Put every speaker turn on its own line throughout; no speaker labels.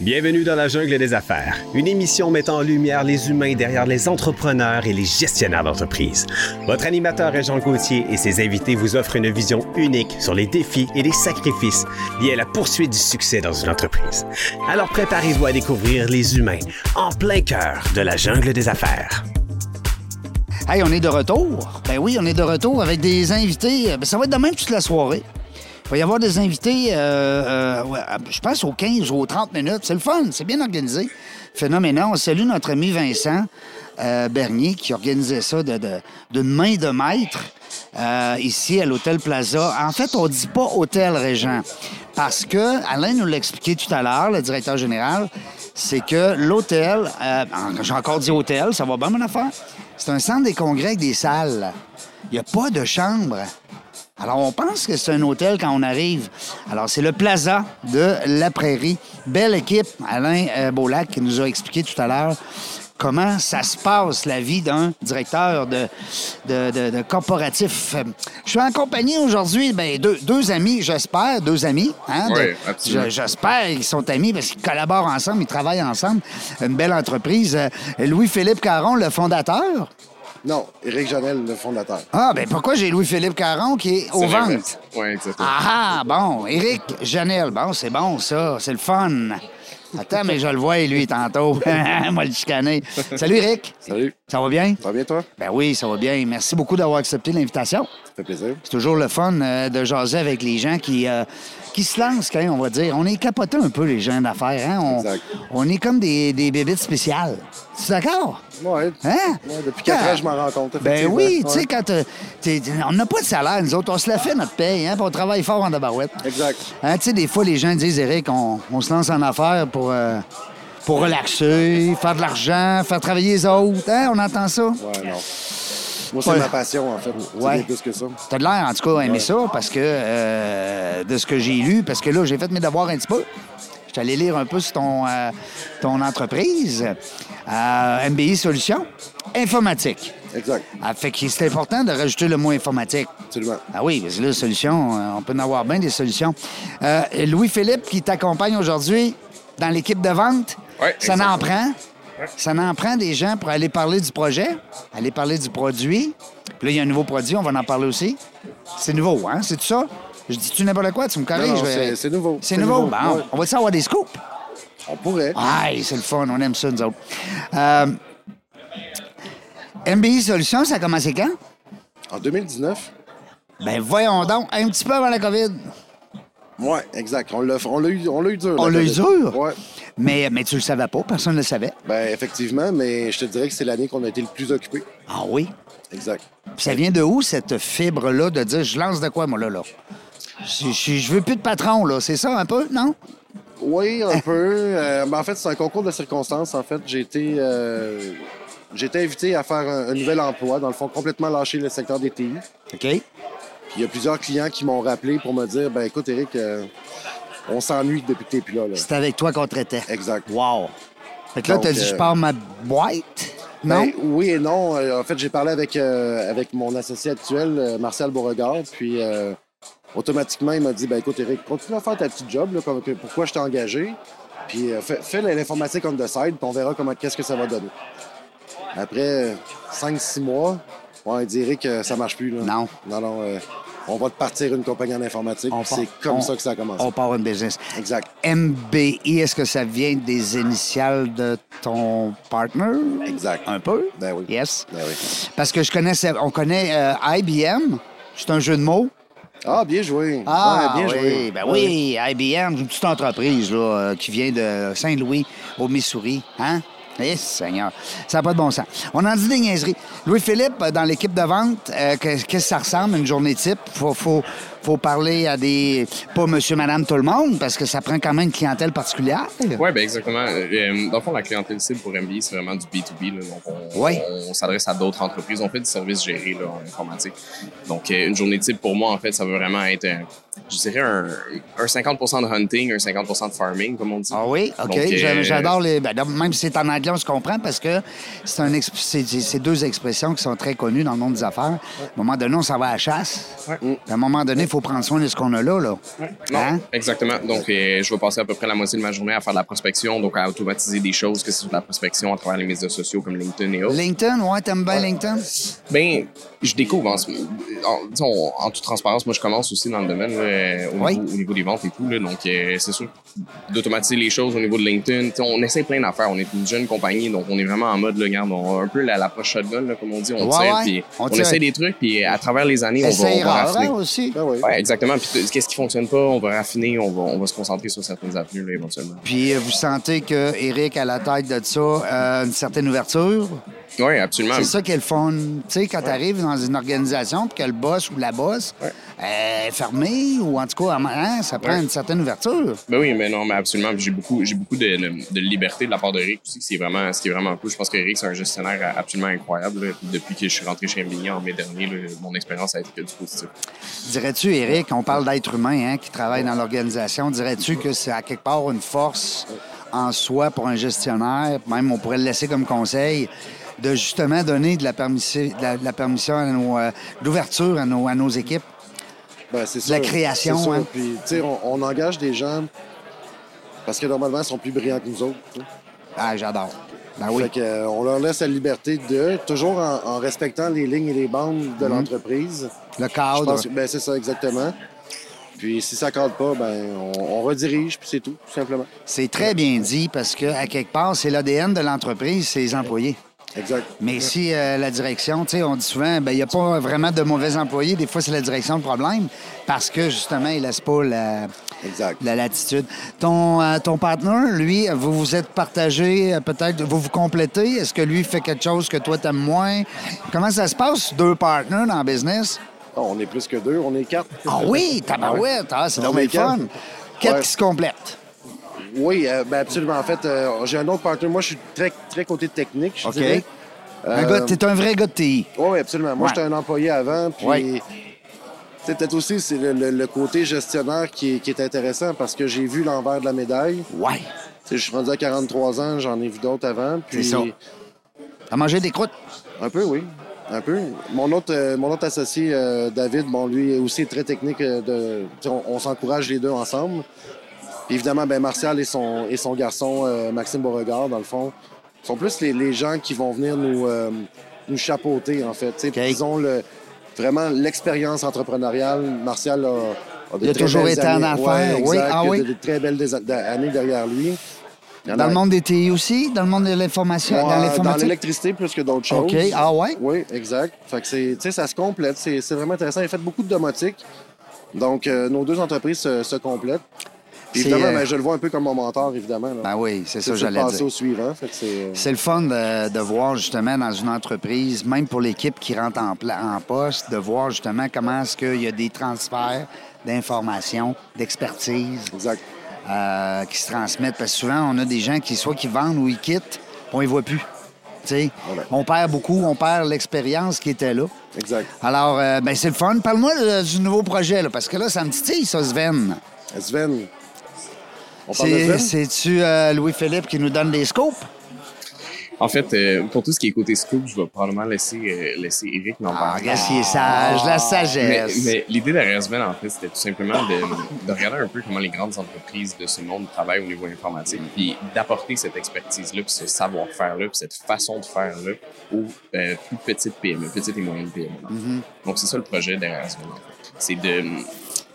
Bienvenue dans la jungle des affaires, une émission mettant en lumière les humains derrière les entrepreneurs et les gestionnaires d'entreprise. Votre animateur est Jean Gauthier et ses invités vous offrent une vision unique sur les défis et les sacrifices liés à la poursuite du succès dans une entreprise. Alors préparez-vous à découvrir les humains en plein cœur de la jungle des affaires.
Hey, on est de retour. Ben oui, on est de retour avec des invités. Ben, ça va être demain toute la soirée. Il va y avoir des invités, euh, euh, ouais, je pense, aux 15 ou aux 30 minutes. C'est le fun, c'est bien organisé. Phénoménal. On salue notre ami Vincent euh, Bernier qui organisait ça de, de, de main de maître euh, ici à l'Hôtel Plaza. En fait, on dit pas Hôtel Régent parce que, Alain nous l'a expliqué tout à l'heure, le directeur général, c'est que l'hôtel, euh, j'ai encore dit hôtel, ça va bien mon affaire, c'est un centre des congrès avec des salles. Il n'y a pas de chambre. Alors, on pense que c'est un hôtel quand on arrive. Alors, c'est le Plaza de la Prairie. Belle équipe. Alain euh, Beaulac qui nous a expliqué tout à l'heure comment ça se passe, la vie d'un directeur de, de, de, de corporatif. Euh, je suis en compagnie aujourd'hui ben, de deux amis, j'espère, deux amis. Hein,
oui, absolument.
J'espère qu'ils sont amis parce qu'ils collaborent ensemble, ils travaillent ensemble. Une belle entreprise. Euh, Louis-Philippe Caron, le fondateur.
Non, Éric Janel, le fondateur.
Ah, ben pourquoi j'ai Louis-Philippe Caron qui est aux ventes?
Oui, exactement.
Ah, ah, bon, Éric Janel, bon, c'est bon ça, c'est le fun. Attends, mais je le vois, lui, tantôt. Moi, le chicaner. Salut, Éric.
Salut.
Ça va bien?
Ça va bien, toi?
Ben oui, ça va bien. Merci beaucoup d'avoir accepté l'invitation.
Ça fait plaisir.
C'est toujours le fun euh, de jaser avec les gens qui, euh, qui se lancent, quand même, on va dire. On est capotés un peu, les gens d'affaires. Hein? On,
Exact.
on est comme des, des bébites spéciales. Tu es d'accord?
Ouais.
Hein?
Ouais, depuis quatre
Ah.
ans, je m'en rends compte.
Ben
effectivement.
oui, tu
Ouais.
sais, quand t'es- t'es- on n'a pas de salaire, nous autres, on se la fait notre paye, hein, puis on travaille fort en tabarouette.
Exact.
Hein, tu sais, des fois, les gens disent, Eric, on, on se lance en affaires pour, euh, pour relaxer, faire de l'argent, faire travailler les autres. Hein, on entend ça?
Ouais, non. Moi, c'est
Ouais.
ma passion, en fait. C'est
Ouais.
bien plus que ça.
T'as de l'air, en tout cas, à aimer ça, parce que euh, de ce que j'ai lu, parce que là, j'ai fait mes devoirs un petit peu. Je suis allé lire un peu sur ton, euh, ton entreprise, euh, MBI Solutions, informatique.
Exact.
Ah, fait que c'est important de rajouter le mot informatique.
Absolument.
Ah oui, parce que là, solution, euh, on peut en avoir bien des solutions. Euh, Louis-Philippe qui t'accompagne aujourd'hui dans l'équipe de vente,
Ouais,
ça n'en
exactement.
prend. Ça n'en prend des gens pour aller parler du projet, aller parler du produit. Puis là, il y a un nouveau produit, on va en parler aussi. C'est nouveau, hein? C'est tout ça? Je dis-tu n'importe quoi? Tu me corriges?
Non, non,
je vais-
c'est- c'est nouveau.
C'est
C'est
nouveau?
nouveau,
Bon,
ouais.
on va-tu avoir des scoops?
On pourrait.
Aïe, c'est le fun, on aime ça, nous autres. Euh, MBI Solutions, ça a commencé quand?
En 2019.
Ben voyons donc, un petit peu avant la COVID.
Ouais, exact. On l'a on l'a eu, on l'a eu dur.
On
la
l'a eu
COVID.
dur?
Ouais.
Mais, mais tu le savais pas, personne ne le savait.
Ben, effectivement, mais je te dirais que c'est l'année qu'on a été le plus occupé.
Ah oui?
Exact.
Puis ça vient de où, cette fibre-là, de dire je lance de quoi, moi, là, là? Je, je- je veux plus de patron, là, c'est ça un peu, non?
Oui, un peu. Euh, ben, en fait, c'est un concours de circonstances. En fait, j'ai été, euh, j'ai été invité à faire un, un nouvel emploi, dans le fond, complètement lâcher le secteur des TI.
OK.
Puis il y a plusieurs clients qui m'ont rappelé pour me dire ben écoute Eric, euh, on s'ennuie depuis que t'es plus là. là.
C'est avec toi qu'on traitait.
Exact.
Wow. Fait que là,
Donc,
t'as dit
euh,
je pars ma boîte? Non?
Ben, oui et non. Euh, En fait, j'ai parlé avec, euh, avec mon associé actuel, euh, Martial Beauregard, puis euh, automatiquement, il m'a dit ben écoute Eric, continue à faire ta petite job, là, comme que- pourquoi je t'ai engagé, puis euh, fais, fais l'informatique on the side, puis on verra comment qu'est-ce que ça va donner. Après 5-6 mois, on il dit Eric, euh, ça marche plus. Là.
Non.
Non, non. euh, on va te partir une compagnie en informatique, puis
part-
c'est comme
on-
ça que ça a commencé.
On part une business.
Exact.
MBI, est-ce que ça vient des initiales de ton partner?
Exact.
Un peu?
Ben oui.
Yes.
Ben oui.
Parce que je connaissais, on connaît euh, IBM, c'est un jeu de mots.
Ah, bien joué.
Ah,
Ouais, bien
oui,
joué.
ben oui, IBM, une petite entreprise là, euh, qui vient de Saint-Louis, au Missouri. Hein? Eh, Seigneur, ça n'a pas de bon sens. On en dit des niaiseries. Louis-Philippe, euh, dans l'équipe de vente, euh, que- qu'est-ce que ça ressemble, une journée type? Faut, faut, faut parler à des... pas monsieur, madame, tout le monde, parce que ça prend quand même une clientèle particulière.
Oui, ben exactement. Euh, dans le fond, la clientèle cible pour MBI, c'est vraiment du B2B. là. Donc, on,
Ouais.
on s'adresse à d'autres entreprises. On fait du service géré là, en informatique. Donc, euh, une journée type, pour moi, en fait, ça veut vraiment être, un- je dirais, un, un 50 de hunting, un 50 de farming, comme on dit.
Ah oui, OK.
Donc, euh,
J'a- J'adore les. ben, même si c'est en anglais, on se comprend parce que c'est un exp- c'est c'est- c'est deux expressions qui sont très connues dans le monde des affaires. À un moment donné, on s'en va à la chasse.
Ouais.
Puis À un moment donné, il faut prendre soin de ce qu'on a là. là.
Non,
Hein?
exactement. Donc, euh, je vais passer à peu près la moitié de ma journée à faire de la prospection, donc à automatiser des choses, que ce soit de la prospection à travers les médias sociaux comme LinkedIn et autres.
LinkedIn, ouais, t'aimes bien LinkedIn?
Ben, je découvre en, ce- en, disons, en toute transparence, moi je commence aussi dans le domaine là, euh, au,
Oui.
niveau, au niveau des ventes et tout. Là, donc euh, c'est sûr d'automatiser les choses au niveau de LinkedIn. Tu sais, on essaie plein d'affaires. On est une jeune compagnie, donc on est vraiment en mode, là, regarde, on a un peu la- l'approche shotgun, là, comme on dit, on
Ouais,
tire,
ouais.
puis
On
on,
tire.
essaie des trucs, puis à travers les années, on va, on
Essaye
va raffiner.
rare hein, aussi.
Ben oui.
Ouais, exactement. Puis t- qu'est-ce qui fonctionne pas, on va raffiner, on va, on va se concentrer sur certaines avenues là, éventuellement.
Puis euh, vous sentez que Eric à la tête de ça, euh, une certaine ouverture.
Oui, absolument.
C'est ça qui est le fun. Tu sais, quand t'arrives dans une organisation puis que le boss ou la boss euh, est fermée ou en tout cas, hein, ça prend
Ouais.
une certaine ouverture.
Ben oui, mais non, mais absolument. Puis J'ai beaucoup, j'ai beaucoup de, de- de liberté de la part d'Eric aussi, c'est vraiment, ce qui est vraiment cool. Je pense qu'Eric, c'est un gestionnaire absolument incroyable. là. Puis Depuis que je suis rentré chez MBA en mai dernier, là, mon expérience a été que du positif.
Dirais-tu, Eric, on parle d'êtres humains hein, qui travaillent dans l'organisation, dirais-tu que c'est à quelque part une force en soi pour un gestionnaire, même on pourrait le laisser comme conseil, de justement donner de la, permissi- de la, de la permission, à nos, euh, d'ouverture à nos, à nos équipes?
Ben, c'est
La
sûr.
création,
C'est sûr.
hein.
Puis, tu sais, on, on engage des gens parce que normalement, ils sont plus brillants que nous autres. tu sais.
Ah, j'adore. Ben oui.
Fait que, euh, on leur laisse la liberté de, toujours en, en respectant les lignes et les bandes de l'entreprise.
Mhm. Le
Je
cadre.
pense que- ben, c'est ça, exactement. Puis si ça cadre pas, ben, on, on redirige, puis c'est tout, tout simplement.
C'est très bien dit parce que, à quelque part, c'est l'ADN de l'entreprise, c'est les employés.
Exact.
Mais si euh, la direction, tu sais, on dit souvent, ben, il n'y a pas vraiment de mauvais employés. Des fois, c'est la direction le problème parce que, justement, ils ne laissent pas la,
Exact.
la latitude. Ton, euh, ton partenaire, lui, vous vous êtes partagé, euh, peut-être, vous vous complétez. Est-ce que lui fait quelque chose que toi, t'aimes moins? Comment ça se passe, deux partenaires dans le business?
Ah, on est plus que deux, on est quatre.
Ah oui, tabarouette, ah, c'est
On
dommage
est quatre.
fun. Quatre
Ouais.
qui se complètent.
Oui, euh, ben, absolument. En fait, euh, j'ai un autre partenaire. Moi, je suis très, très côté technique, je
OK.
dirais.
Un
Euh,
gars, t'es un vrai gars de TI.
Oui, oui, absolument. Moi,
Ouais.
j'étais un employé avant, puis
Ouais.
c'est peut-être aussi c'est le, le- le côté gestionnaire qui est, qui est intéressant parce que j'ai vu l'envers de la médaille.
Ouais.
Tu sais, je suis rendu à 43 ans, j'en ai vu d'autres avant. Puis
C'est ça. À manger des croûtes.
Un peu, oui. Un peu. Mon autre, euh, mon autre associé, euh, David, bon, lui est aussi très technique. euh, de, tu sais, on on s'encourage les deux ensemble. Puis évidemment, ben, Martial et son, et son garçon, euh, Maxime Beauregard, dans le fond, sont plus les, les gens qui vont venir nous, euh, nous chapeauter, en fait. Tu sais,
OK.
Ils ont le, vraiment l'expérience entrepreneuriale. Martial a, a des
Il a
très
toujours
belles
été en
années.
affaires, oui.
exact.
Ah
Il a
oui.
des, des très belles dés- d'a- années derrière lui. Il y en
Dans
a-
le monde des TI aussi? Dans le monde de l'information?
Ouais,
dans
dans
l'informatique?
l'électricité plus que d'autres choses.
OK. Ah ouais?
Oui, exact. Fait que c'est, tu sais, ça se complète. C'est, c'est vraiment intéressant. Ils fait beaucoup de domotique. Donc, euh, nos deux entreprises se, se complètent. Puis
C'est,
évidemment,
euh,
ben, je le vois un peu comme mon mentor, évidemment. là.
Ben oui, c'est
Tu sais,
ça que
c'est de
j'allais
passer
dire.
au suivant. Fait que c'est... euh,
C'est le fun de, de voir justement dans une entreprise, même pour l'équipe qui rentre en, pla- en poste, de voir justement comment est-ce qu'il y a des transferts d'informations, d'expertise
Exact.
euh, qui se transmettent. Parce que souvent, on a des gens qui soit qui vendent ou ils quittent, puis on les voit plus. Tu sais,
Voilà.
On perd beaucoup, on perd l'expérience qui était là.
Exact.
Alors, euh, ben c'est le fun. Parle-moi euh, du nouveau projet, là, parce que là, ça me titille, ça, Sven.
Sven. On parle de
C'est-
Sven?
C'est-tu euh, Louis-Philippe qui nous donne des scopes?
En fait, euh, pour tout ce qui est côté scoop, je vais probablement laisser, euh, laisser Eric m'en
Ah,
parler.
regarde s'il est sage, la
Mais,
sagesse.
mais l'idée derrière Sven, en fait, c'était tout simplement de, de regarder un peu comment les grandes entreprises de ce monde travaillent au niveau informatique, puis d'apporter cette expertise-là, puis ce savoir-faire-là, puis cette façon de faire-là aux euh, plus petites PME, petites et moyennes PME. Donc, c'est ça le projet derrière Sven, en fait. C'est de,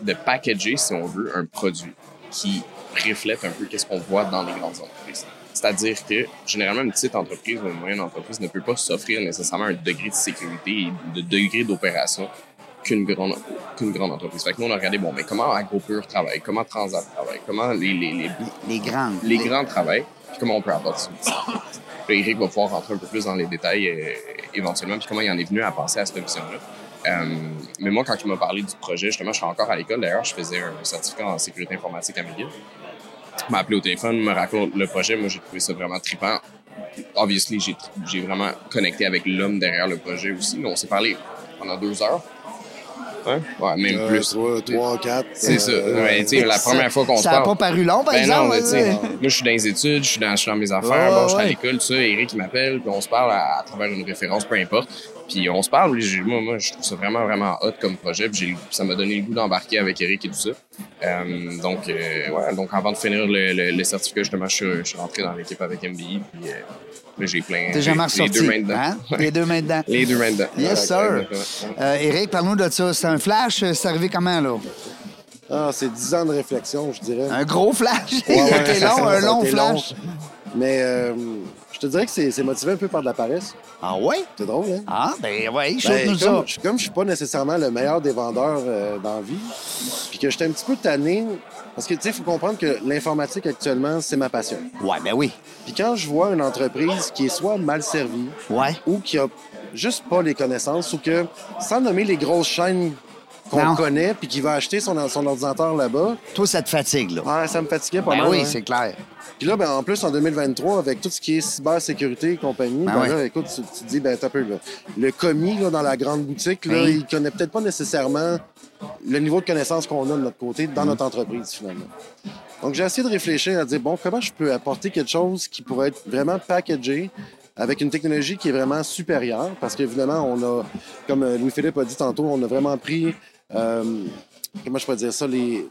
de packager, si on veut, un produit qui reflète un peu qu'est-ce qu'on voit dans les grandes entreprises. C'est-à-dire que généralement, une petite entreprise ou une moyenne entreprise ne peut pas s'offrir nécessairement un degré de sécurité et de degré d'opération qu'une grande, qu'une grande entreprise. Fait que nous, on a regardé, bon, mais comment AgroPure travaille, comment Transat travaille, comment les, les, les,
Les grandes.
les grands travaillent, puis comment on peut avoir ça. Puis Eric va pouvoir rentrer un peu plus dans les détails euh, éventuellement, puis comment il en est venu à penser à cette vision-là. Euh, mais moi, quand il m'a parlé du projet, justement, je suis encore à l'école. D'ailleurs, je faisais un certificat en sécurité informatique à McGill. Il m'a appelé au téléphone, il me raconte le projet. Moi, j'ai trouvé ça vraiment trippant. Obviously, j'ai- j'ai vraiment connecté avec l'homme derrière le projet aussi. On s'est parlé pendant deux heures. Hein? Ouais, même
Euh,
plus.
Trois, trois, quatre. euh,
C'est ça. Ouais, tu sais, la première fois qu'on se
Ça n'a
parle.
pas paru long, par
Ben
exemple.
non, mais tu sais,
ouais.
moi, je suis dans les études, je suis dans, je suis dans mes affaires,
Ouais,
bon, je suis
ouais.
à l'école, tout ça. Eric, il m'appelle, puis on se parle à, à travers une référence, peu importe. Puis on se parle. J'ai- Moi, moi, je trouve ça vraiment, vraiment hot comme projet. Puis j'ai- ça m'a donné le goût d'embarquer avec Eric et tout ça. Euh, donc, euh, ouais, donc avant de finir le, le- le certificat, justement, je suis, je suis rentré dans l'équipe avec MBI. Puis euh, là, j'ai plein.
T'es jamais
j'ai- les
ressorti.
deux mains dedans.
hein? Les deux mains dedans.
Les deux mains dedans.
Yes,
Ouais,
sir.
exactement.
Euh, Eric, parle-nous de ça. C'est un flash. euh, C'est arrivé comment, là?
Ah, c'est 10 ans de réflexion, je dirais.
Un gros flash.
Ouais, ouais,
Il a été Hein?
ça,
long,
ça,
un
ça a
long
été
flash.
long. Mais euh, je te dirais que c'est c'est motivé un peu par de la paresse.
Ah ouais?
C'est drôle, hein?
Ah, ben ouais,
Ben,
chauffe-nous
comme,
ça.
je, comme je suis pas nécessairement le meilleur des vendeurs euh, dans la vie, puis que j'étais un petit peu tanné, parce que tu sais, il faut comprendre que l'informatique actuellement, c'est ma passion.
Ouais, ben oui.
Puis quand je vois une entreprise qui est soit mal servie
Ouais.
ou qui a juste pas les connaissances ou que, sans nommer les grosses chaînes
Non.
qu'on connaît puis qui va acheter son, son ordinateur là-bas,
Toi, ça te fatigue, là.
ah, ça me fatiguait pas
Ben
mal.
oui,
hein.
c'est clair.
Puis là, ben, en plus, en 2023, avec tout ce qui est cybersécurité et compagnie,
Ben
ben
ouais.
là, écoute, tu, tu te dis, ben, t'as peu, là. Le commis, là, dans la grande boutique, là,
Ben Oui.
il connaît peut-être pas nécessairement le niveau de connaissance qu'on a de notre côté
Mm.
dans notre entreprise, finalement. Donc, j'ai essayé de réfléchir à dire, bon, comment je peux apporter quelque chose qui pourrait être vraiment packagé avec une technologie qui est vraiment supérieure, parce qu'évidemment, on a, comme euh, Louis-Philippe a dit tantôt, on a vraiment pris, euh, comment je peux dire ça, les,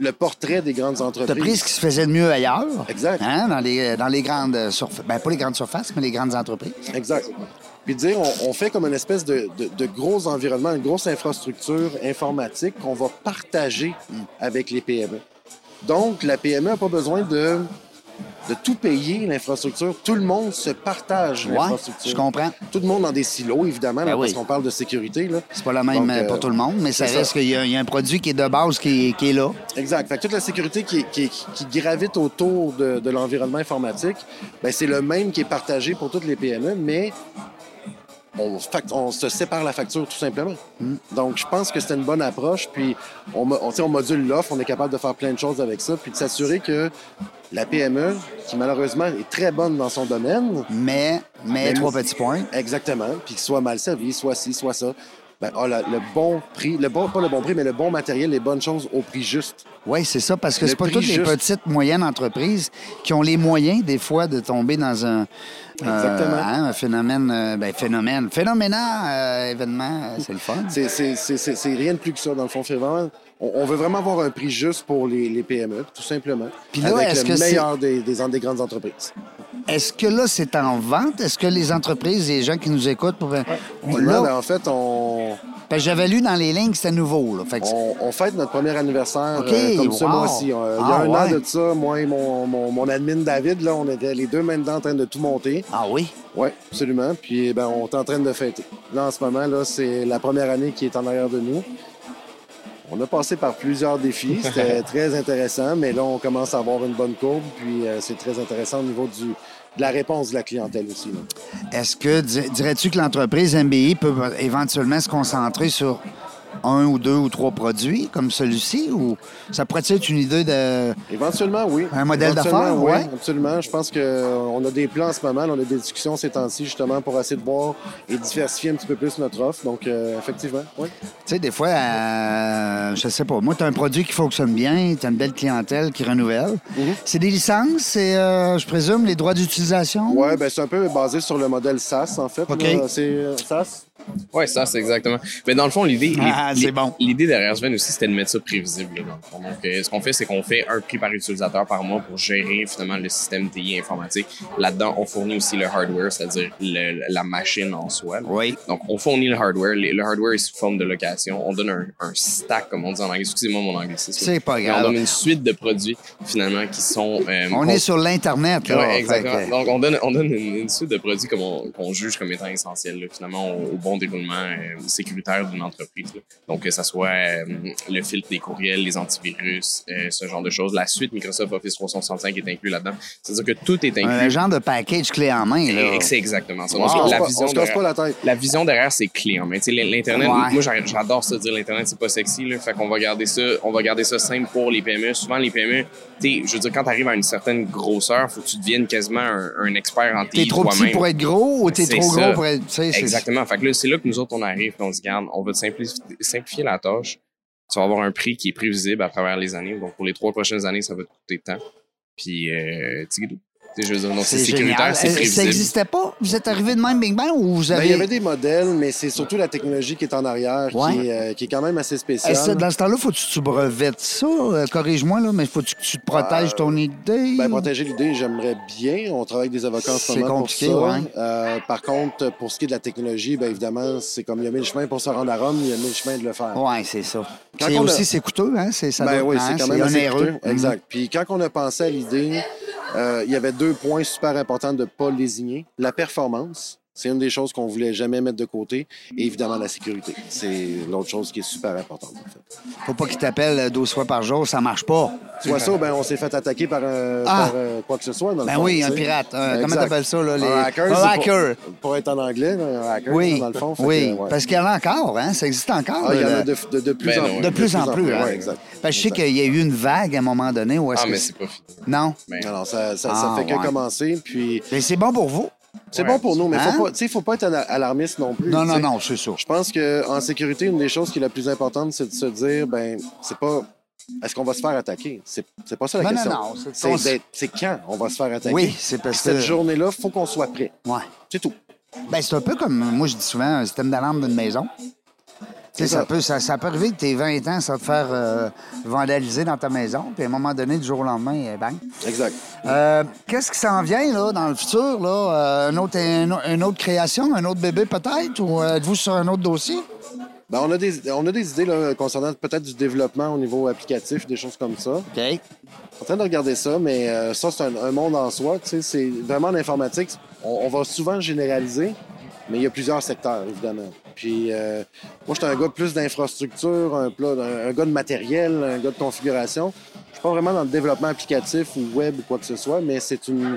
le portrait des grandes
T'as
entreprises.
pris ce qui se faisait de mieux ailleurs.
Exact.
Hein, dans, les, dans les grandes surfaces. Ben, pas les grandes surfaces, mais les grandes entreprises.
Exact. Puis dire, on, on fait comme une espèce de, de- de gros environnement, une grosse infrastructure informatique qu'on va partager avec les PME. Donc, la PME n'a pas besoin de, de tout payer, l'infrastructure. Tout le monde se partage
Ouais, je
l'infrastructure.
comprends.
Tout le monde dans des silos, évidemment, là,
Ben oui.
parce qu'on parle de sécurité. Là.
C'est pas la même
Donc, euh,
pour tout le monde, mais ça
c'est ça.
reste qu'il y, a- il y a un produit qui est de base qui, qui est là.
Exact. Fait que toute la sécurité qui, qui- qui gravite autour de, de l'environnement informatique, ben c'est le même qui est partagé pour toutes les PME, mais on, fac- on se sépare la facture tout simplement. Donc, je pense que c'est une bonne approche. Puis, on, mo- on, tu sais, on module l'offre, on est capable de faire plein de choses avec ça, puis de s'assurer que la PME, qui malheureusement est très bonne dans son domaine,
Mais, mais,
Mais
trois
nous-
petits points.
Exactement. Puis qu'il soit mal servi, soit ci, soit ça. Ben, ah, la- le bon prix, le bon, pas le bon prix, mais le bon matériel, les bonnes choses au prix juste.
Oui, c'est ça, parce que
Le
c'est pas
prix
toutes les
juste.
petites, moyennes entreprises qui ont les moyens, des fois, de tomber dans un,
Exactement.
euh, hein, un phénomène, euh, ben, phénomène, phénoménal euh, événement, euh, c'est le fun.
C'est- C'est c'est- c'est- c'est rien de plus que ça, dans le fond. C'est vraiment- on, on veut vraiment avoir un prix juste pour les, les PME, tout simplement.
Puis là, est-ce
avec
que
le
c'est-
meilleur des, des, des grandes entreprises.
Est-ce que là, c'est en vente? Est-ce que les entreprises, les gens qui nous écoutent, pour... euh,
Là, ben, en fait, on,
Parce que j'avais lu dans les lignes que c'était nouveau. Là. Fait que c'est-
on, on fête notre premier anniversaire
Ok,
euh, comme ce
wow.
mois-ci. Euh, il y a
Ah,
un
ouais.
an de ça, moi et mon, mon, mon admin David, là, on était les deux mains dedans en train de tout monter.
Ah oui?
Oui, absolument. Puis ben, on est en train de fêter. Là, en ce moment, là, c'est la première année qui est en arrière de nous. On a passé par plusieurs défis. C'était très intéressant, mais là, on commence à avoir une bonne courbe. Puis euh, c'est très intéressant au niveau du, de la réponse de la clientèle aussi. là.
Est-ce que di- dirais-tu que l'entreprise MBI peut éventuellement se concentrer sur un ou deux ou trois produits comme celui-ci? Ou ça pourrait être une idée de.
Éventuellement, oui.
Un modèle
Éventuellement,
d'affaires,
oui,
ouais.
Absolument. Je pense qu'on a des plans en ce moment. là, On a des discussions ces temps-ci, justement, pour essayer de voir et diversifier un petit peu plus notre offre. Donc, euh, effectivement, oui.
Tu sais, des fois, euh, je sais pas. Moi, tu as un produit qui fonctionne bien, tu as une belle clientèle qui renouvelle.
Mm-hmm.
C'est des licences, c'est, euh, je présume, les droits d'utilisation?
Ouais, ben, c'est un peu basé sur le modèle SaaS, en fait.
OK.
là. C'est euh, SaaS?
Ouais, ça, c'est exactement. Mais dans le fond, l'idée.
Ah,
l'idée-
c'est bon.
L'idée derrière Sven aussi, c'était de mettre ça prévisible. là, dans le fond. Donc, euh, ce qu'on fait, c'est qu'on fait un prix par utilisateur par mois pour gérer finalement le système TI informatique. Là-dedans, on fournit aussi le hardware, c'est-à-dire le- la machine en soi. là.
Oui.
Donc, on fournit le hardware. Les- Le hardware est sous forme de location. On donne un, un stack, comme on dit en anglais. Excusez-moi mon anglicisme.
C'est pas
Mais
grave.
On donne une suite de produits, finalement, qui sont. euh,
On est sur l'Internet, là.
Ouais,
fait
exactement.
que-
Ah, Donc, on donne, on donne une, une suite de produits comme on- qu'on juge comme étant essentiels, là, finalement, au, au bon déroulement euh, sécuritaire d'une entreprise. là. Donc, que ce soit euh, le filtre des courriels, les antivirus, euh, ce genre de choses. La suite Microsoft Office 365 est inclue là-dedans. C'est-à-dire que tout est
Un
inclus.
genre de package clé en main, là.
Et- et C'est exactement ça.
On se
Donc,
casse
la
pas-
vision
on se casse
derrière-
pas la tête.
la vision derrière, c'est clé en main. Tu sais, L'Internet,
Ouais.
moi, j'a- j'adore ça dire l'Internet, c'est pas sexy. Là, fait qu'on va garder ça, on va garder ça simple pour les PME. Souvent, les PME, tu sais, je veux dire, quand t'arrives à une certaine grosseur, faut que tu deviennes quasiment un, un expert en TI
T'es trop petit
toi-même.
pour être gros ou t'es
C'est
trop
ça.
gros pour être. tu sais, c'est-
Exactement. Fait que là, c'est là que nous autres, on arrive puis on se garde. On va te simplifi- simplifier la tâche. Tu vas avoir un prix qui est prévisible à travers les années. Donc, pour les trois prochaines années, ça va te coûter tant. Puis, euh, tu sais, Tu sais, Je veux dire, non, c'est
C'est génial.
sécuritaire, c'est
Euh, Ça
prévisible.
n'existait pas? Vous êtes arrivé de même, bing bang, ou vous
Ben,
avez...
il y avait des modèles, mais c'est surtout la technologie qui est en arrière,
Ouais.
qui, est, euh, qui est quand même assez spéciale.
Est-ce que dans ce temps-là, faut que tu te brevettes ça? Euh, Corrige-moi, là, mais faut que tu te protèges ton idée?
Ben,
ou-
protéger l'idée, j'aimerais bien. On travaille avec des avocats en ce
C'est
moment
compliqué,
pour ça.
ouais.
Euh, par contre, pour ce qui est de la technologie, ben, évidemment, c'est comme il y a mille chemins pour se rendre à Rome, il y a mille chemins de le faire.
Ouais, c'est ça.
Quand
C'est
on a-
aussi, c'est coûteux, hein? C'est, ça
Ben
doit-
oui,
hein,
c'est quand même assez
onéreux. Mhm.
coûteux. Exact. Puis quand on a pensé à l'idée, euh, il y avait deux points super importants de ne pas lésigner. La performance, c'est une des choses qu'on voulait jamais mettre de côté. Et évidemment, la sécurité. C'est l'autre chose qui est super importante. en fait.
Mhm. Faut pas qu'ils t'appellent 12 fois par jour, ça marche pas.
Soit ça, ben, on s'est fait attaquer par, euh,
Ah!
par, euh, quoi que ce soit. Dans le
Ben
fond,
oui,
tu
un
sais.
pirate. un-
Exact.
comment t'appelles ça, là? Les...
Un hacker, c'est
Un hacker.
Pour, pour être en anglais, là, un hacker,
Oui,
dans le fond. fait
oui.
que, ouais.
parce qu'il y en a encore, hein? Ça existe encore.
Ah, il y en
là.
a de, de- de plus
Ben
en
non,
plus.
De plus en plus. hein.
ouais, exact.
Parce que je sais
Exact.
qu'il y a eu une vague à un moment donné où est-ce
Ah,
que
mais
c'est-
c'est pas fini.
Non.
Mais-
Non, non, ça, ça,
Ah,
ça fait que
ouais.
commencer. Puis
Mais c'est bon pour vous.
c'est
Ouais.
bon pour nous, mais
Hein?
faut pas, tu sais, faut pas être ana- alarmiste non plus.
Non,
tu
non,
sais.
non, c'est ça.
Je pense qu'en sécurité, une des choses qui est la plus importante, c'est de se dire, ben, c'est pas. Est-ce qu'on va se faire attaquer? C'est c'est pas ça la
Ben Non, non,
question.
non, c'est-
C'est
on s-
d'être- c'est quand on va se faire attaquer.
Oui, c'est parce
Cette
que-
journée-là, il faut qu'on soit prêt.
Ouais.
C'est tout.
Ben, c'est un peu comme, moi, je dis souvent, un système d'alarme d'une maison. Tu sais, ça
ça.
peut, ça, ça peut arriver que t'es 20 ans, ça va te faire euh, vandaliser dans ta maison, puis à un moment donné, du jour au lendemain, euh, bang.
Exact.
Euh, Qu'est-ce qui s'en vient, là, dans le futur, là? Euh, un autre, un o- une autre création, un autre bébé, peut-être? Ou euh, êtes-vous sur un autre dossier?
Ben, on, a des, on a des idées là, concernant peut-être du développement au niveau applicatif, des choses comme ça.
OK.
en train de regarder ça, mais euh, ça, c'est un, un monde en soi. tu sais, C'est vraiment l'informatique. On, on va souvent généraliser, mais il y a plusieurs secteurs, évidemment. Puis, euh, moi, j'étais un gars plus d'infrastructure, un, plat- un- un gars de matériel, un gars de configuration. Je suis pas vraiment dans le développement applicatif ou web ou quoi que ce soit, mais c'est une,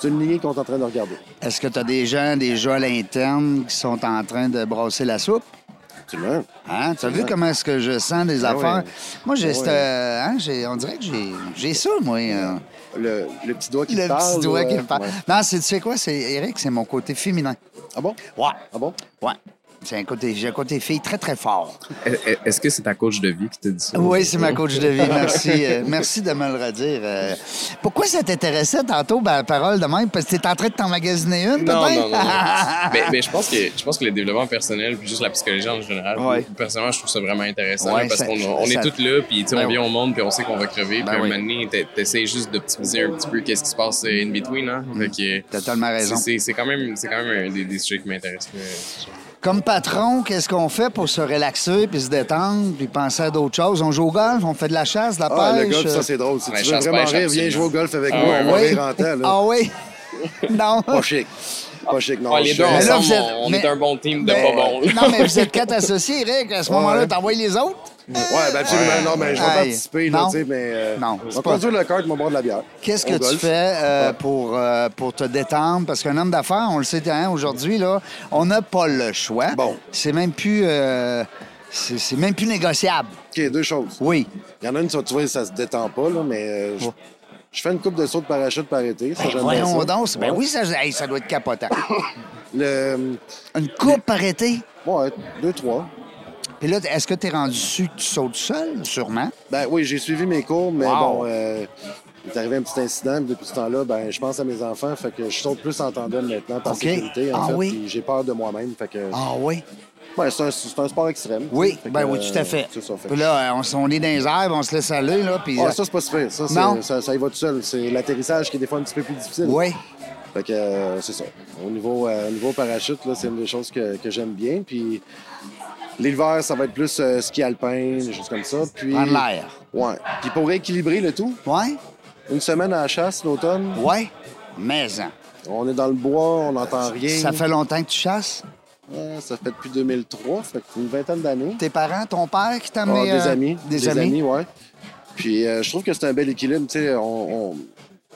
c'est une lignée qu'on est en train de regarder.
Est-ce que tu as des gens déjà à l'interne qui sont en train de brasser la soupe?
Absolument.
Hein? Tu as vu comment est-ce que je sens des
Ah
affaires?
oui.
Moi, j'ai,
Ah oui.
cette, euh, hein, j'ai- on dirait que j'ai, j'ai ça, moi. euh,
Le, le petit doigt qui
le
parle.
petit doigt
euh,
qui me parle.
ouais.
Non, c'est, tu sais quoi, c'est, Eric, c'est mon côté féminin.
Ah bon?
Ouais.
Ah bon?
Ouais. C'est un côté, j'ai un côté fille très, très fort.
Est- est- Est-ce que c'est ta coach de vie qui te dit ça?
Oui, c'est ma coach de vie. Merci, euh, merci de me le redire. Euh, pourquoi ça t'intéressait tantôt, ben, la parole de même? Parce que t'es en train de t'emmagasiner une,
Non,
peut-être?
non, non. non. mais, mais je pense que je pense que le développement personnel puis juste la psychologie en général.
Ouais.
Personnellement, je trouve ça vraiment intéressant
Ouais,
là, parce
ça-
qu'on on
ça-
est tous là puis tu sais,
Ben
on
oui.
vient au monde puis on sait qu'on va crever
Ben
puis
oui.
un moment donné, t'es- t'essayes juste d'optimiser un petit peu qu'est-ce qui se passe euh, in between hein. Fait que, euh,
Mm. T'as tellement raison.
c'est- C'est c'est quand même c'est quand même un des, des sujets qui m'intéressent. Euh, là.
Comme patron, qu'est-ce qu'on fait pour se relaxer, puis se détendre, puis penser à d'autres choses? On joue au golf, on fait de la chasse, de la
Ah, le
pêche.
golf,
euh,
ça, c'est drôle. Si
Ouais,
tu veux
chasse-pêche,
vraiment rire, viens
absolument.
jouer au golf avec
ben, Ah
moi.
ouais,
on va
oui.
rire en temps, là.
Ah oui? non.
Pas chic. Pas chic, non.
Ouais, les
Je-
deux
Mais là,
ensemble,
vous êtes-
on, on
mais-
est un bon team de
Ben,
pas bon. là.
non, mais vous êtes quatre associés, Eric. À ce moment-là,
ouais.
t'envoies les autres?
Ouais, ben absolument. Non, mais je vais
Aïe.
participer, là,
Non.
tu sais, mais. euh,
Non,
On
c'est
va
pas-
conduire le kart, on va boire de la bière.
Qu'est-ce
Au
que tu
golf.
fais euh, pour, euh, pour te détendre? Parce qu'un homme d'affaires, on le sait hein, aujourd'hui, là, on n'a pas le choix.
Bon.
C'est même plus... euh, c'est c'est même plus négociable.
OK, deux choses.
Oui.
Il y en a une, tu vas- tu vois, ça se détend pas, là, mais. euh, je... je fais une coupe de saut de parachute par été. Ça,
Ben,
j'aime bien
voyons
ça.
donc. c'est- Ben
Ouais.
oui, ça, hey, ça doit être capotant.
Le... euh,
Une coupe par été.
Ouais, deux, trois.
Puis là, est-ce que t'es rendu su que tu sautes seul? Sûrement.
Ben oui, j'ai suivi mes cours, mais
Wow.
bon, euh, il est arrivé un petit incident. puis Depuis ce temps-là, ben, je pense à mes enfants. Fait que je saute plus en tandem maintenant par
OK.
sécurité. En
Ah
fait,
oui.
puis J'ai peur de moi-même. Fait que
Ah oui?
ben, c'est un, c'est un sport extrême.
Oui,
Fait que,
ben oui, tout à
euh,
fait.
c'est ça, fait que-
Puis là, on, s- on est dans les airs, on se laisse aller, là, puis... euh,
Ah, ça, c'est pas super. Ça, c'est-
Non.
ça, ça y va tout seul. C'est l'atterrissage qui est des fois un petit peu plus difficile.
oui.
Fait que euh, c'est ça. Au niveau, euh, au niveau parachute, là, c'est une des choses que, que j'aime bien. Puis l'hiver, ça va être plus euh, ski alpin, des choses comme ça. Puis,
Prendre l'air.
Ouais. Puis pour équilibrer le tout,
Ouais?
une semaine à la chasse l'automne,
Ouais? Maison.
on est dans le bois, on n'entend rien.
Ça fait longtemps que tu chasses?
Euh, ça fait depuis 2003, fait que une vingtaine d'années.
Tes parents, ton père qui t'a
Ah,
mis,
des
euh,
amis.
Des, amis.
ouais. Puis euh, je trouve que c'est un bel équilibre. Tu sais, on, on-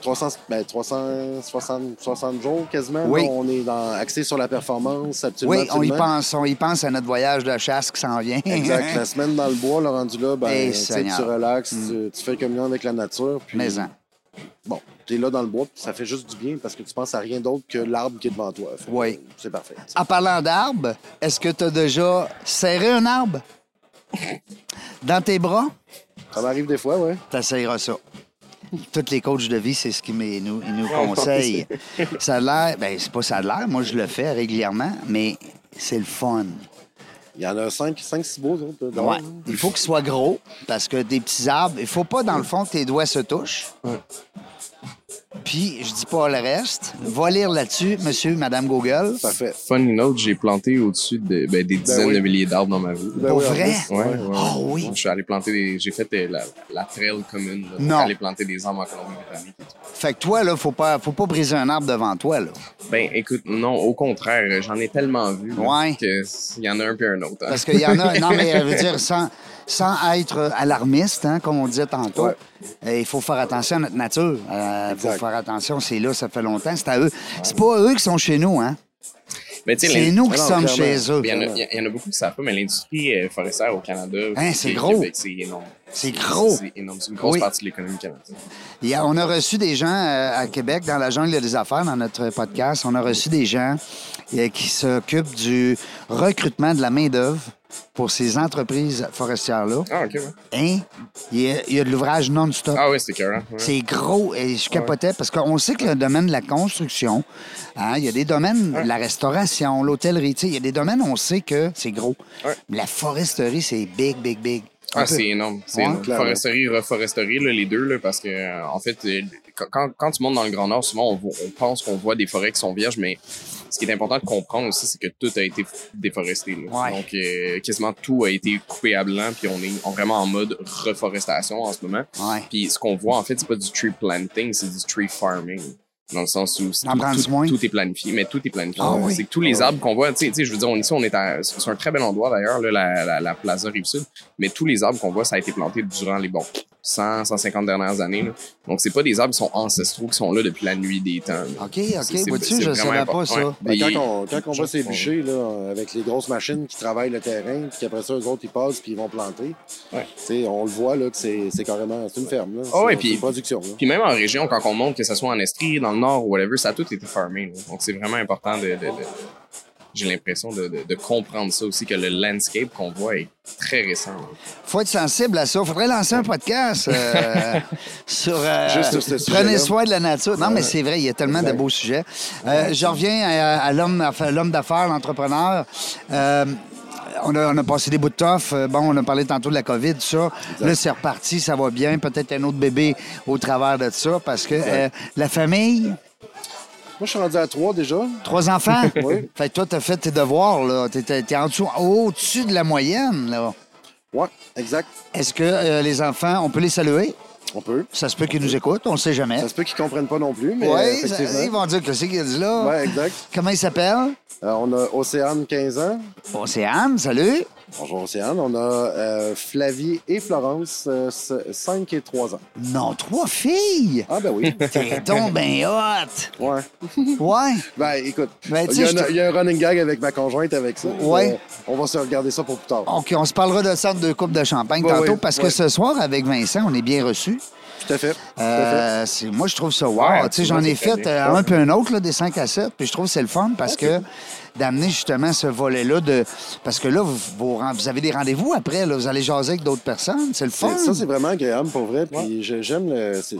300, ben, 360 60 jours quasiment.
Oui.
là, on est dans, axé sur la performance, absolument.
Oui, on y
absolument.
pense, on y pense à notre voyage de chasse qui s'en vient.
Exact. La semaine dans le bois, le rendu là,
Eh,
ben, tu sais,
Seigneur. Mm. hein.
tu relaxes, tu, tu fais communion avec la nature. Puis,
Maison.
Bon, t'es là dans le bois, puis ça fait juste du bien parce que tu penses à rien d'autre que l'arbre qui est devant toi. Fait que,
Oui.
euh, C'est parfait. tu sais.
En parlant d'arbres, est-ce que tu as déjà serré un arbre dans tes bras?
Ça m'arrive des fois, ouais.
T'essayeras ça. Tous les coachs de vie, c'est ce qu'ils m'est- nous, ils nous conseillent. ça a l'air, ben, c'est pas ça a l'air, moi je le fais régulièrement, mais c'est le fun.
Il y en a 5, 6 beaux autres. dedans.
Ouais. Il faut qu'il soit gros, parce que des petits arbres, il faut pas, dans le fond, que tes doigts se touchent. Puis, je dis pas le reste. Va lire là-dessus, monsieur, madame Google.
Parfait.
Fun note, j'ai planté au-dessus de, ben, des dizaines
oui.
de milliers d'arbres dans ma vie.
Ben
Pour
oui, en
vrai?
plus.
Ouais, ouais, ouais.
Ah oui.
Je suis allé planter des. J'ai fait euh, la, la trail commune. Là,
Non.
Pour aller planter des arbres en Colombie-Britannique. et tout.
Fait que toi, là, faut pas, faut pas briser un arbre devant toi, là.
Ben, écoute, non, au contraire, euh, j'en ai tellement vu. là,
Ouais.
Que s- il y en a un puis un autre. hein.
Parce qu'il y en a. Non, mais je veux dire, sans, sans être alarmiste, hein, comme on disait tantôt,
Ouais.
eh, il faut faire attention à notre nature. Il faut
Exact.
faire attention, c'est là, ça fait longtemps, c'est à eux. C'est pas eux qui sont chez nous, hein.
Mais tu sais,
C'est
les-
nous qui
Ah non,
sommes
clairement.
chez eux.
Il y, en a, il y en a beaucoup qui savent pas, mais l'industrie euh, forestière au Canada.
Hein,
au
c'est
Québec,
gros.
C'est énorme.
C'est gros.
C'est énorme. C'est une grosse
Oui.
partie de l'économie canadienne.
Il y a- euh, on a reçu des gens euh, à Québec, dans la jungle des affaires, dans notre podcast. On a reçu des gens euh, qui s'occupent du recrutement de la main-d'œuvre pour ces entreprises forestières-là.
Ah, ok, ouais.
Hein? Il y a, il y a de l'ouvrage non-stop.
Ah, ouais, c'était écœurant. ouais.
C'est gros et je capotais parce qu'on sait que le domaine de la construction, hein, il y a des domaines, la restauration, l'hôtellerie, tu sais, il y a des domaines où on sait que c'est gros.
Ouais.
Mais la foresterie, c'est big, big, big. Un
Ah,
peu.
c'est énorme. C'est
Ouais,
énorme.
clairement.
Foresterie, reforesterie, là, les deux, là, parce que, euh, en fait, euh, quand- quand, quand tu montes dans le Grand Nord, souvent, on, vo- on pense qu'on voit des forêts qui sont vierges, mais ce qui est important de comprendre aussi, c'est que tout a été déforesté. là.
Ouais.
Donc, euh, quasiment tout a été coupé à blanc, puis on est en- vraiment en mode reforestation en ce moment.
Ouais.
Puis ce qu'on voit, en fait, c'est pas du tree planting, c'est du tree farming. Dans le sens où c'est
D'en
tout,
prendre
tout-
soin.
tout est planifié, mais tout est planifié.
Ah oui.
C'est que tous les arbres qu'on voit, tu sais- tu sais, je veux dire, on, ici, on est à- sur un très bel endroit d'ailleurs, là, la, la, la Plaza Rive-Sud, mais tous les arbres qu'on voit, ça a été planté durant les bons 100, 150 dernières années. là. Donc, c'est pas des arbres qui sont ancestraux, qui sont là depuis la nuit des temps. là.
OK,
C'est-
OK.
c'est-
Vois-tu,
c'est
je ne
vraiment
savais pas
important.
ça.
Ouais.
Ben,
Et-
quand on, quand on va
Ouais.
s'ébûcher là, avec les grosses machines qui travaillent le terrain, puis qu'après ça, eux autres, ils passent puis ils vont planter,
Ouais.
Tu sais, on le voit là, que c'est c'est carrément c'est une ferme. là.
Ah ouais,
C'est-
puis-
c'est une production. là.
Puis même en région, quand on monte, que ce soit en Estrie, dans le Nord ou whatever, ça a tout été farmé. là. Donc, c'est vraiment important de... de- de- j'ai l'impression de, de- de comprendre ça aussi, que le landscape qu'on voit est très récent. là.
faut être sensible à ça. Faudrait lancer un podcast euh, sur. euh,
Juste sur ce sujet-là.
Prenez soin de la nature. Non, mais c'est vrai, il y a tellement de
Exact.
beaux sujets. Euh, je reviens à, à l'homme, à l'homme d'affaires, l'entrepreneur. Euh, on a, on a passé des bouts de toffe. Euh, Bon, on a parlé tantôt de la COVID, tout ça. Là, c'est reparti, ça va bien. Peut-être un autre bébé au travers de ça parce que euh, la famille,
Moi, je suis rendu à trois déjà.
trois enfants.
Oui.
Fait que toi, t'as fait tes devoirs, là. T'es, t'es- t'es en dessous, au-dessus de la moyenne, là.
Ouais, exact.
Est-ce que euh, les enfants, on peut les saluer?
On peut.
Ça se peut qu'ils nous écoutent, on ne sait jamais.
Ça se peut qu'ils comprennent pas non plus, mais euh,
Oui,
effectivement.
ils vont dire que c'est qu'ils là.
Ouais, exact.
Comment ils s'appellent?
Euh, on a Océane, 15 ans.
Bon, c'est Anne, salut.
Bonjour, Océane. On a euh, Flavie et Florence, 5 et 3 ans.
Non, trois filles.
Ah, ben oui.
T'es donc ben hot.
ouais.
Ouais.
Ben, écoute,
Ben, tu
il
sais,
y, a
je
un-
te-
il y a un running gag avec ma conjointe avec ça.
Ouais.
Euh, on va se regarder ça pour plus tard.
OK, on se parlera de ça de coupe de champagne
Ouais,
tantôt
ouais,
parce que
ouais.
ce soir, avec Vincent, on est bien reçus.
Tout à fait. Tout à fait.
Euh, c'est- moi, je trouve ça wow.
Ouais,
tu sais,
tu
j'en
vois,
ai
c'est
fait
très bien.
euh, un peu un autre, là, des 5 à 7. Puis je trouve que c'est le fun parce que d'amener justement ce volet-là de. Parce que là, vous, vous, vous avez des rendez-vous après, là, vous allez jaser avec d'autres personnes. C'est le fun.
C'est- Ça, c'est vraiment agréable pour vrai. Puis je- j'aime le. c'est-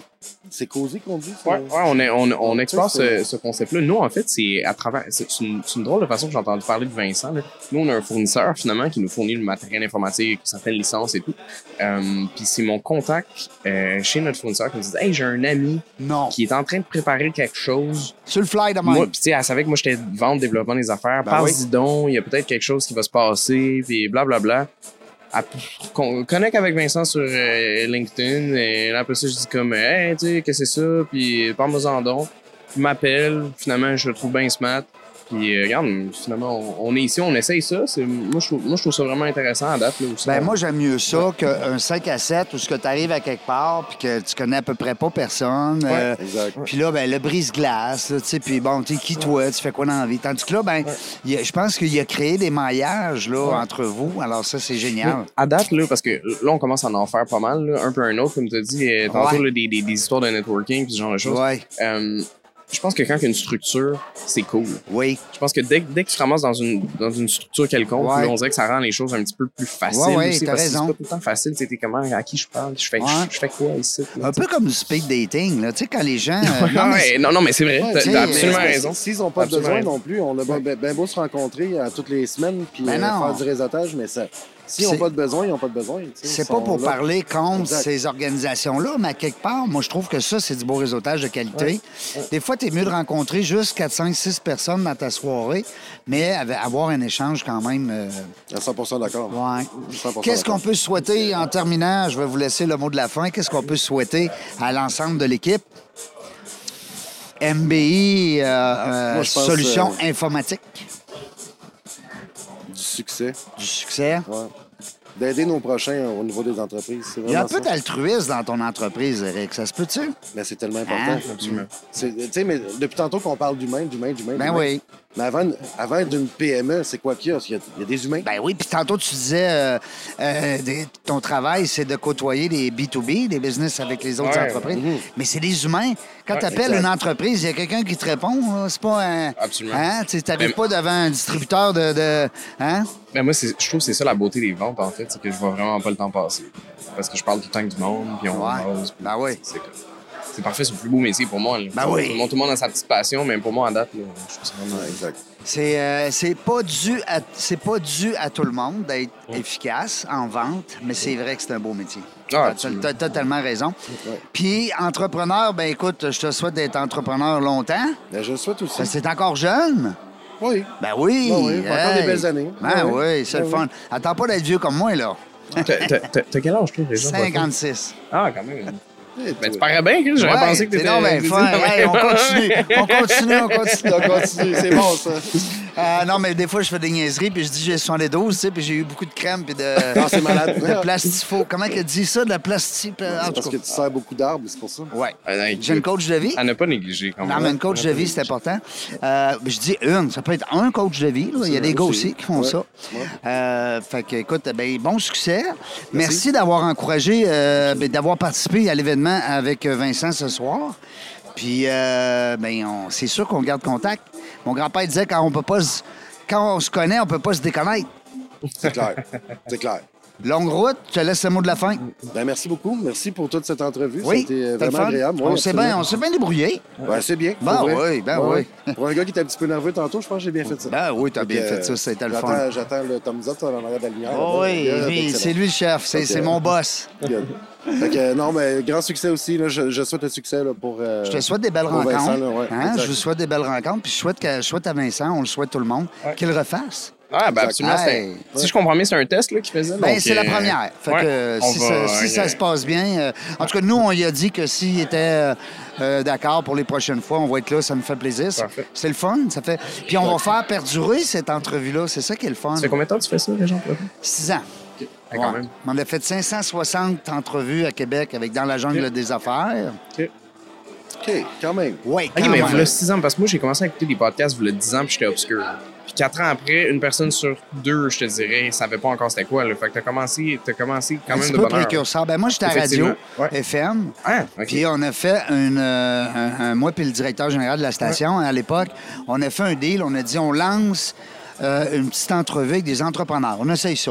C'est cosy qu'on dit. ça.
Ouais, ouais, on, est, on, on
Ouais,
explore
c'est-
ce, ce concept-là. Nous, en fait, c'est à travers. C'est c'est une, c'est une drôle de façon que j'ai entendu parler de Vincent. là. Nous, on a un fournisseur, finalement, qui nous fournit le matériel informatique, certaines licences et tout. Euh, Puis c'est mon contact euh, chez notre fournisseur qui me dit Hey, j'ai un ami
Non.
qui est en train de préparer quelque chose.
Sur le fly de même.
Moi, puis tu sais, elle savait que moi, j'étais vente, développement des affaires.
Ben
Parle-y donc, il y a peut-être quelque chose qui va se passer, puis blablabla. Elle- con- Connecte avec Vincent sur euh, LinkedIn, et là, après ça, je dis comme, hey, tu sais, qu'est-ce que c'est ça, puis parle-moi-en donc. Il m'appelle, finalement, je le trouve bien smart. Puis, euh, regarde, finalement, on, on est ici, on essaye ça. C'est- Moi je, trouve, moi, je trouve ça vraiment intéressant à date. Là, aussi.
Ben moi, j'aime mieux ça qu'un 5 à 7 où ce que tu arrives à quelque part puis que tu connais à peu près pas personne. euh,
Exact.
puis là, ben, le brise-glace, là, tu sais, puis bon, t'es qui toi, tu fais quoi dans la vie? Tandis que là, ben, il y a- je pense qu'il a créé des maillages, là, entre vous. Alors ça, c'est génial.
À date, là, parce que là, on commence à en faire pas mal, là, un peu un autre, comme tu as dit, euh, tantôt,
Ouais.
là, des, des, des histoires de networking, puis ce genre de choses.
Ouais.
Euh, je pense que quand il y a une structure, c'est cool.
Oui.
Je pense que dès, que- dès que tu te ramasses dans une, dans une structure quelconque,
Ouais.
on dirait que ça rend les choses un petit peu plus faciles.
Ouais, ouais,
aussi,
t'as
parce que
raison.
C'est pas tout le temps facile. tu sais, T'es comment, à qui je parle, je fais,
Ouais.
je, je fais quoi ici. là,
Un
tu sais.
peu comme du speed dating, là. Tu sais, quand les gens. euh, non,
Ah
mais
ouais, non, non, mais c'est vrai.
Ouais, euh,
t'as-
tu sais,
T'as absolument
mais-
raison.
S'ils n'ont pas
Absolument
besoin
raison.
non plus, on a bien beau se rencontrer à toutes les semaines puis
Ben
euh,
non.
faire du réseautage, mais ça, s'ils
C'est-
n'ont pas de besoin, ils n'ont pas de besoin. tu sais,
C'est
ils
pas
sont
pour
là.
parler contre
Exact.
ces organisations-là, mais à quelque part, moi, je trouve que ça, c'est du beau réseautage de qualité. Des fois, t'es mieux de rencontrer juste 4, 5, 6 personnes dans ta soirée, mais ave- avoir un échange quand même. euh,
À 100 d'accord.
ouais.
100%
Qu'est-ce qu'on
d'accord.
peut souhaiter en terminant? Je vais vous laisser le mot de la fin. Qu'est-ce qu'on peut souhaiter à l'ensemble de l'équipe? MBI, euh, euh,
Moi, je pense,
solution
euh,
informatique,
Du succès,
du succès.
ouais. D'aider nos prochains au niveau des entreprises. c'est
Il y a un
vraiment
peu
ça.
d'altruisme dans ton entreprise, Eric. Ça se peut-tu?
Mais c'est tellement
Hein?
important. Mm. C'est- Tu sais, mais depuis tantôt qu'on parle d'humain, d'humain, d'humain.
Ben
d'humain.
oui.
Mais avant, avant d'une PME, c'est quoi qu'il y a? Il y a, il y a des humains.
Ben oui, puis tantôt tu disais, euh, euh, des- ton travail, c'est de côtoyer les B2B, des business avec les autres
Ouais. Mhm.
entreprises. Mais c'est des humains. Quand
Ouais,
tu appelles
exact.
une entreprise, il y a quelqu'un qui te répond. là. C'est pas un.
Absolument. Ben,
Hein? Tu n'arrives
Mais-
pas devant un distributeur de. de- hein?
Ben moi, c'est- je trouve que c'est ça la beauté des ventes, en fait, c'est que je vois vraiment pas le temps passer. Parce que je parle tout le temps avec du monde, puis on
Ouais.
jase, puis
Ben oui.
C'est, c'est- c'est parfait, c'est le plus beau métier pour moi. là.
Ben oui.
Tout le monde- Tout le monde a sa petite passion, mais pour moi, à date, là, je trouve ça vraiment...
Exact.
C'est euh, c'est pas dû à c'est pas dû à tout le monde d'être efficace en vente, mais c'est vrai que c'est un beau métier.
Ah,
tu
absolument.
as, totalement raison. Puis entrepreneur, ben écoute, je te souhaite d'être entrepreneur longtemps.
Ben, je le souhaite aussi.
Parce que t'es encore jeune.
Oui.
Ben oui.
Ben oui, encore des belles années.
Ben
Ben
oui,
oui.
c'est
Ben
le fun. Attends pas d'être vieux comme moi, là.
T'as- t'as- T'as t'as quel âge, toi, déjà?
56.
Ah, quand même.
Eh,
Ben, tu
toi.
parais bien, Chris, j'aurais
Ouais,
pensé que t'étais...
C'est donc ben
t'étais-
fun. Hey, on continue. On continue, on continue.
On continue, c'est bon ça.
Euh, non, mais des fois, je fais des niaiseries, puis je dis j'ai 72, tu sais, puis j'ai eu beaucoup de crème, puis de,
Non, Ah, c'est malade.
de plastifo. Comment qu'elle dit ça, de la plastique? euh, En
Parce Euh,
tout
que
cas,
tu sers beaucoup d'arbres, c'est pour ça.
ouais.
Ah, non, écoute,
J'ai une coach de vie.
À ne pas négliger, quand même.
Non, mais une coach de vie, c'est important. Euh, je dis une, ça peut être un coach de vie. là. Il y a des gars aussi qui font
Ouais.
ça.
Ouais.
Euh, fait que, écoute, ben, bon succès. Merci, d'avoir encouragé, euh, ben, d'avoir participé à l'événement avec euh, Vincent ce soir. Puis, euh, ben, on- c'est sûr qu'on garde contact. Mon grand-père disait quand on peut pas se- quand on se connaît, on peut pas se déconnaître.
C'est clair. C'est clair.
Longue route, je te laisse le mot de la fin.
Ben, merci beaucoup. Merci pour toute cette entrevue.
Oui,
C'était euh,
t'as le
vraiment
fun?
agréable.
on s'est bien, on s'est bien débrouillé.
Ben, c'est bien.
Ben
pour vrai.
oui, ben
Ouais,
oui.
Pour un gars qui était un petit peu nerveux tantôt, je pense que j'ai bien fait ça.
Ben oui, t'as bien
Puis, euh,
fait ça, c'était le fun.
j'attends- J'attends le thumbs up, ça va m'arrêter de la lumière. Euh,
Oh oui,
Good,
lui,
excellent.
c'est lui le chef, c'est
Ok.
c'est mon boss.
Good. Fait que, euh, non, mais grand succès aussi. Là, je, je souhaite le succès là, pour. euh,
Je te souhaite des belles
pour
rencontres.
Vincent, là, ouais,
Hein,
exact.
Je vous souhaite des belles rencontres. Puis je souhaite, que, je souhaite à Vincent, on le souhaite tout le monde, qu'il refasse.
Ah, ben absolument. c'était-
Hey.
Si je comprends bien, c'est un test là, qu'il faisait.
Ben,
donc,
c'est la
euh,
première. Fait
ouais,
que
on
si, ça,
va-
si ça se passe bien. euh, en tout cas, nous, on lui a dit que s'il était euh, euh, d'accord pour les prochaines fois, on va être là, ça me fait plaisir. C'est-
Parfait.
C'est le fun. Ça fait... Puis on va faire perdurer cette entrevue-là. C'est ça qui est le fun.
Ça fait combien de temps que tu fais ça, les gens? pour le coup?
Six ans.
Ah, quand
Ouais.
même.
On a fait 560 entrevues à Québec avec Dans la jungle
Ok.
des affaires.
OK, quand même.
Oui,
Ok, mais vous 6 ans, parce que moi, j'ai commencé à écouter des podcasts, vous 10 ans, puis j'étais obscur. Puis 4 ans après, une personne sur deux, je te dirais, savait pas encore c'était quoi. Là. Fait que t'as commencé, t'as commencé quand
un
même
petit
de
peu
bonne heure.
précurseur. Ben, moi, j'étais à la radio,
Effectivement, ouais.
FM.
Hein? Ok.
Puis on a fait une, euh, un, un- moi puis le directeur général de la station hein, à l'époque, on a fait un deal, on a dit on lance euh, une petite entrevue avec des entrepreneurs. On essaye ça.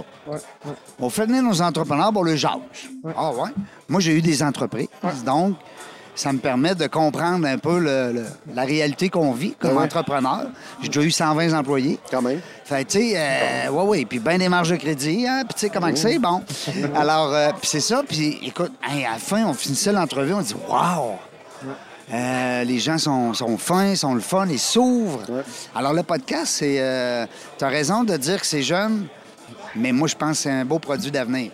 On fait venir nos entrepreneurs, bon, le jauge. Ah ouais? Moi, j'ai eu des entreprises, donc ça me permet de comprendre un peu le- le- la réalité qu'on vit comme entrepreneur. J'ai déjà eu 120 employés.
Quand même.
Fait que, tu sais, euh, ouais, ouais, puis ben des marges de crédit, hein, puis tu sais comment que c'est, bon. Alors, euh, puis c'est ça, puis écoute, hey, à la fin, on finissait l'entrevue, on dit « Wow! Euh, les gens sont, sont fins, sont le fun, ils s'ouvrent.
Ouais.
Alors, le podcast, c'est... euh, T'as raison de dire que c'est jeune, mais moi, je pense que c'est un beau produit d'avenir.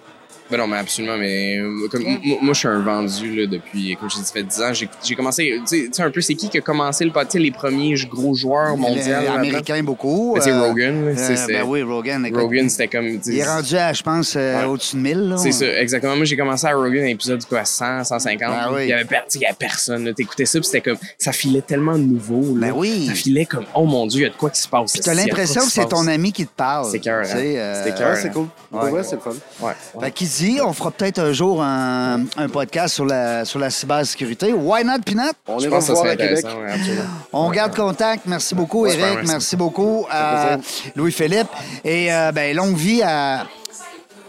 Ben non, mais absolument. Mais euh, comme, m- moi, moi, je suis un vendu là, depuis, comme je t'ai dit, ça fait 10 ans. J'ai j'ai commencé, tu sais- tu sais, un peu, c'est qui qui a commencé le podcast, les premiers gros joueurs mondiaux?
Les Américains, euh, beaucoup.
Ben, c'est
euh,
Rogan, là, c'est- c'est-
ben oui, Rogan, écoute,
Rogan, c'était comme. tu sais,
Il est rendu hein. à, je pense, euh,
Ouais.
au-dessus de 1000, là.
C'est ça, exactement. Moi, j'ai commencé à Rogan, un épisode du coup, à 100, 150.
Ben oui.
Il y avait, per- il y avait personne. là. T'écoutais ça, puis c'était comme. Ça filait tellement nouveau. Là.
Ben oui.
Ça filait comme. Oh mon Dieu, il y a de quoi qui se passe.
Puis t'as l'impression que c'est ton ami qui te parle.
C'est écœurant.
tu sais, euh,
C'est hein. écœurant.
Ouais, c'est cool. Pour
Ouais.
vrai, c'est le fun.
Ouais.
Fait qu'il dit Ben, dit, on fera peut-être un jour un, un podcast sur la, sur la cybersécurité. Why not, Pinat?
On
Je
ira
pense que ça
voir
serait
à Québec.
intéressant, ouais, absolument.
On
Ouais.
garde contact. Merci beaucoup,
Ouais, super,
Eric.
merci.
Merci beaucoup à Louis-Philippe. Et euh, ben, longue vie à.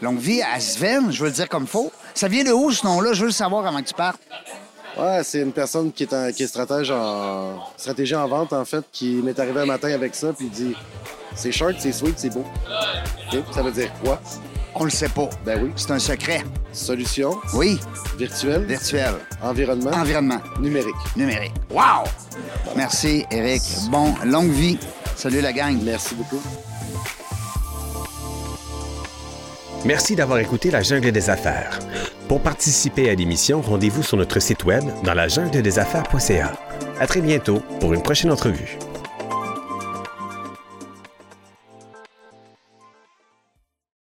Longue vie à Sven, je veux le dire comme faux. Ça vient de où ce nom-là? Je veux le savoir avant que tu partes.
Ouais, c'est une personne qui est, en- qui est stratège en stratégie en vente, en fait, qui m'est arrivé un matin avec ça, puis il dit C'est short, c'est sweet, c'est beau. OK, Ça veut dire quoi
On le sait pas.
Ben oui.
C'est un secret.
Solution
Oui,
virtuelle,
virtuel.
environnement,
Ah.
Environnement
numérique.
numérique. Wow! Merci, Eric. Bon, longue vie. Salut la gang.
Merci beaucoup.
Merci d'avoir écouté La Jungle des Affaires. Pour participer à l'émission, rendez-vous sur notre site web dans la jungle des affaires.ca. À très bientôt pour une prochaine entrevue.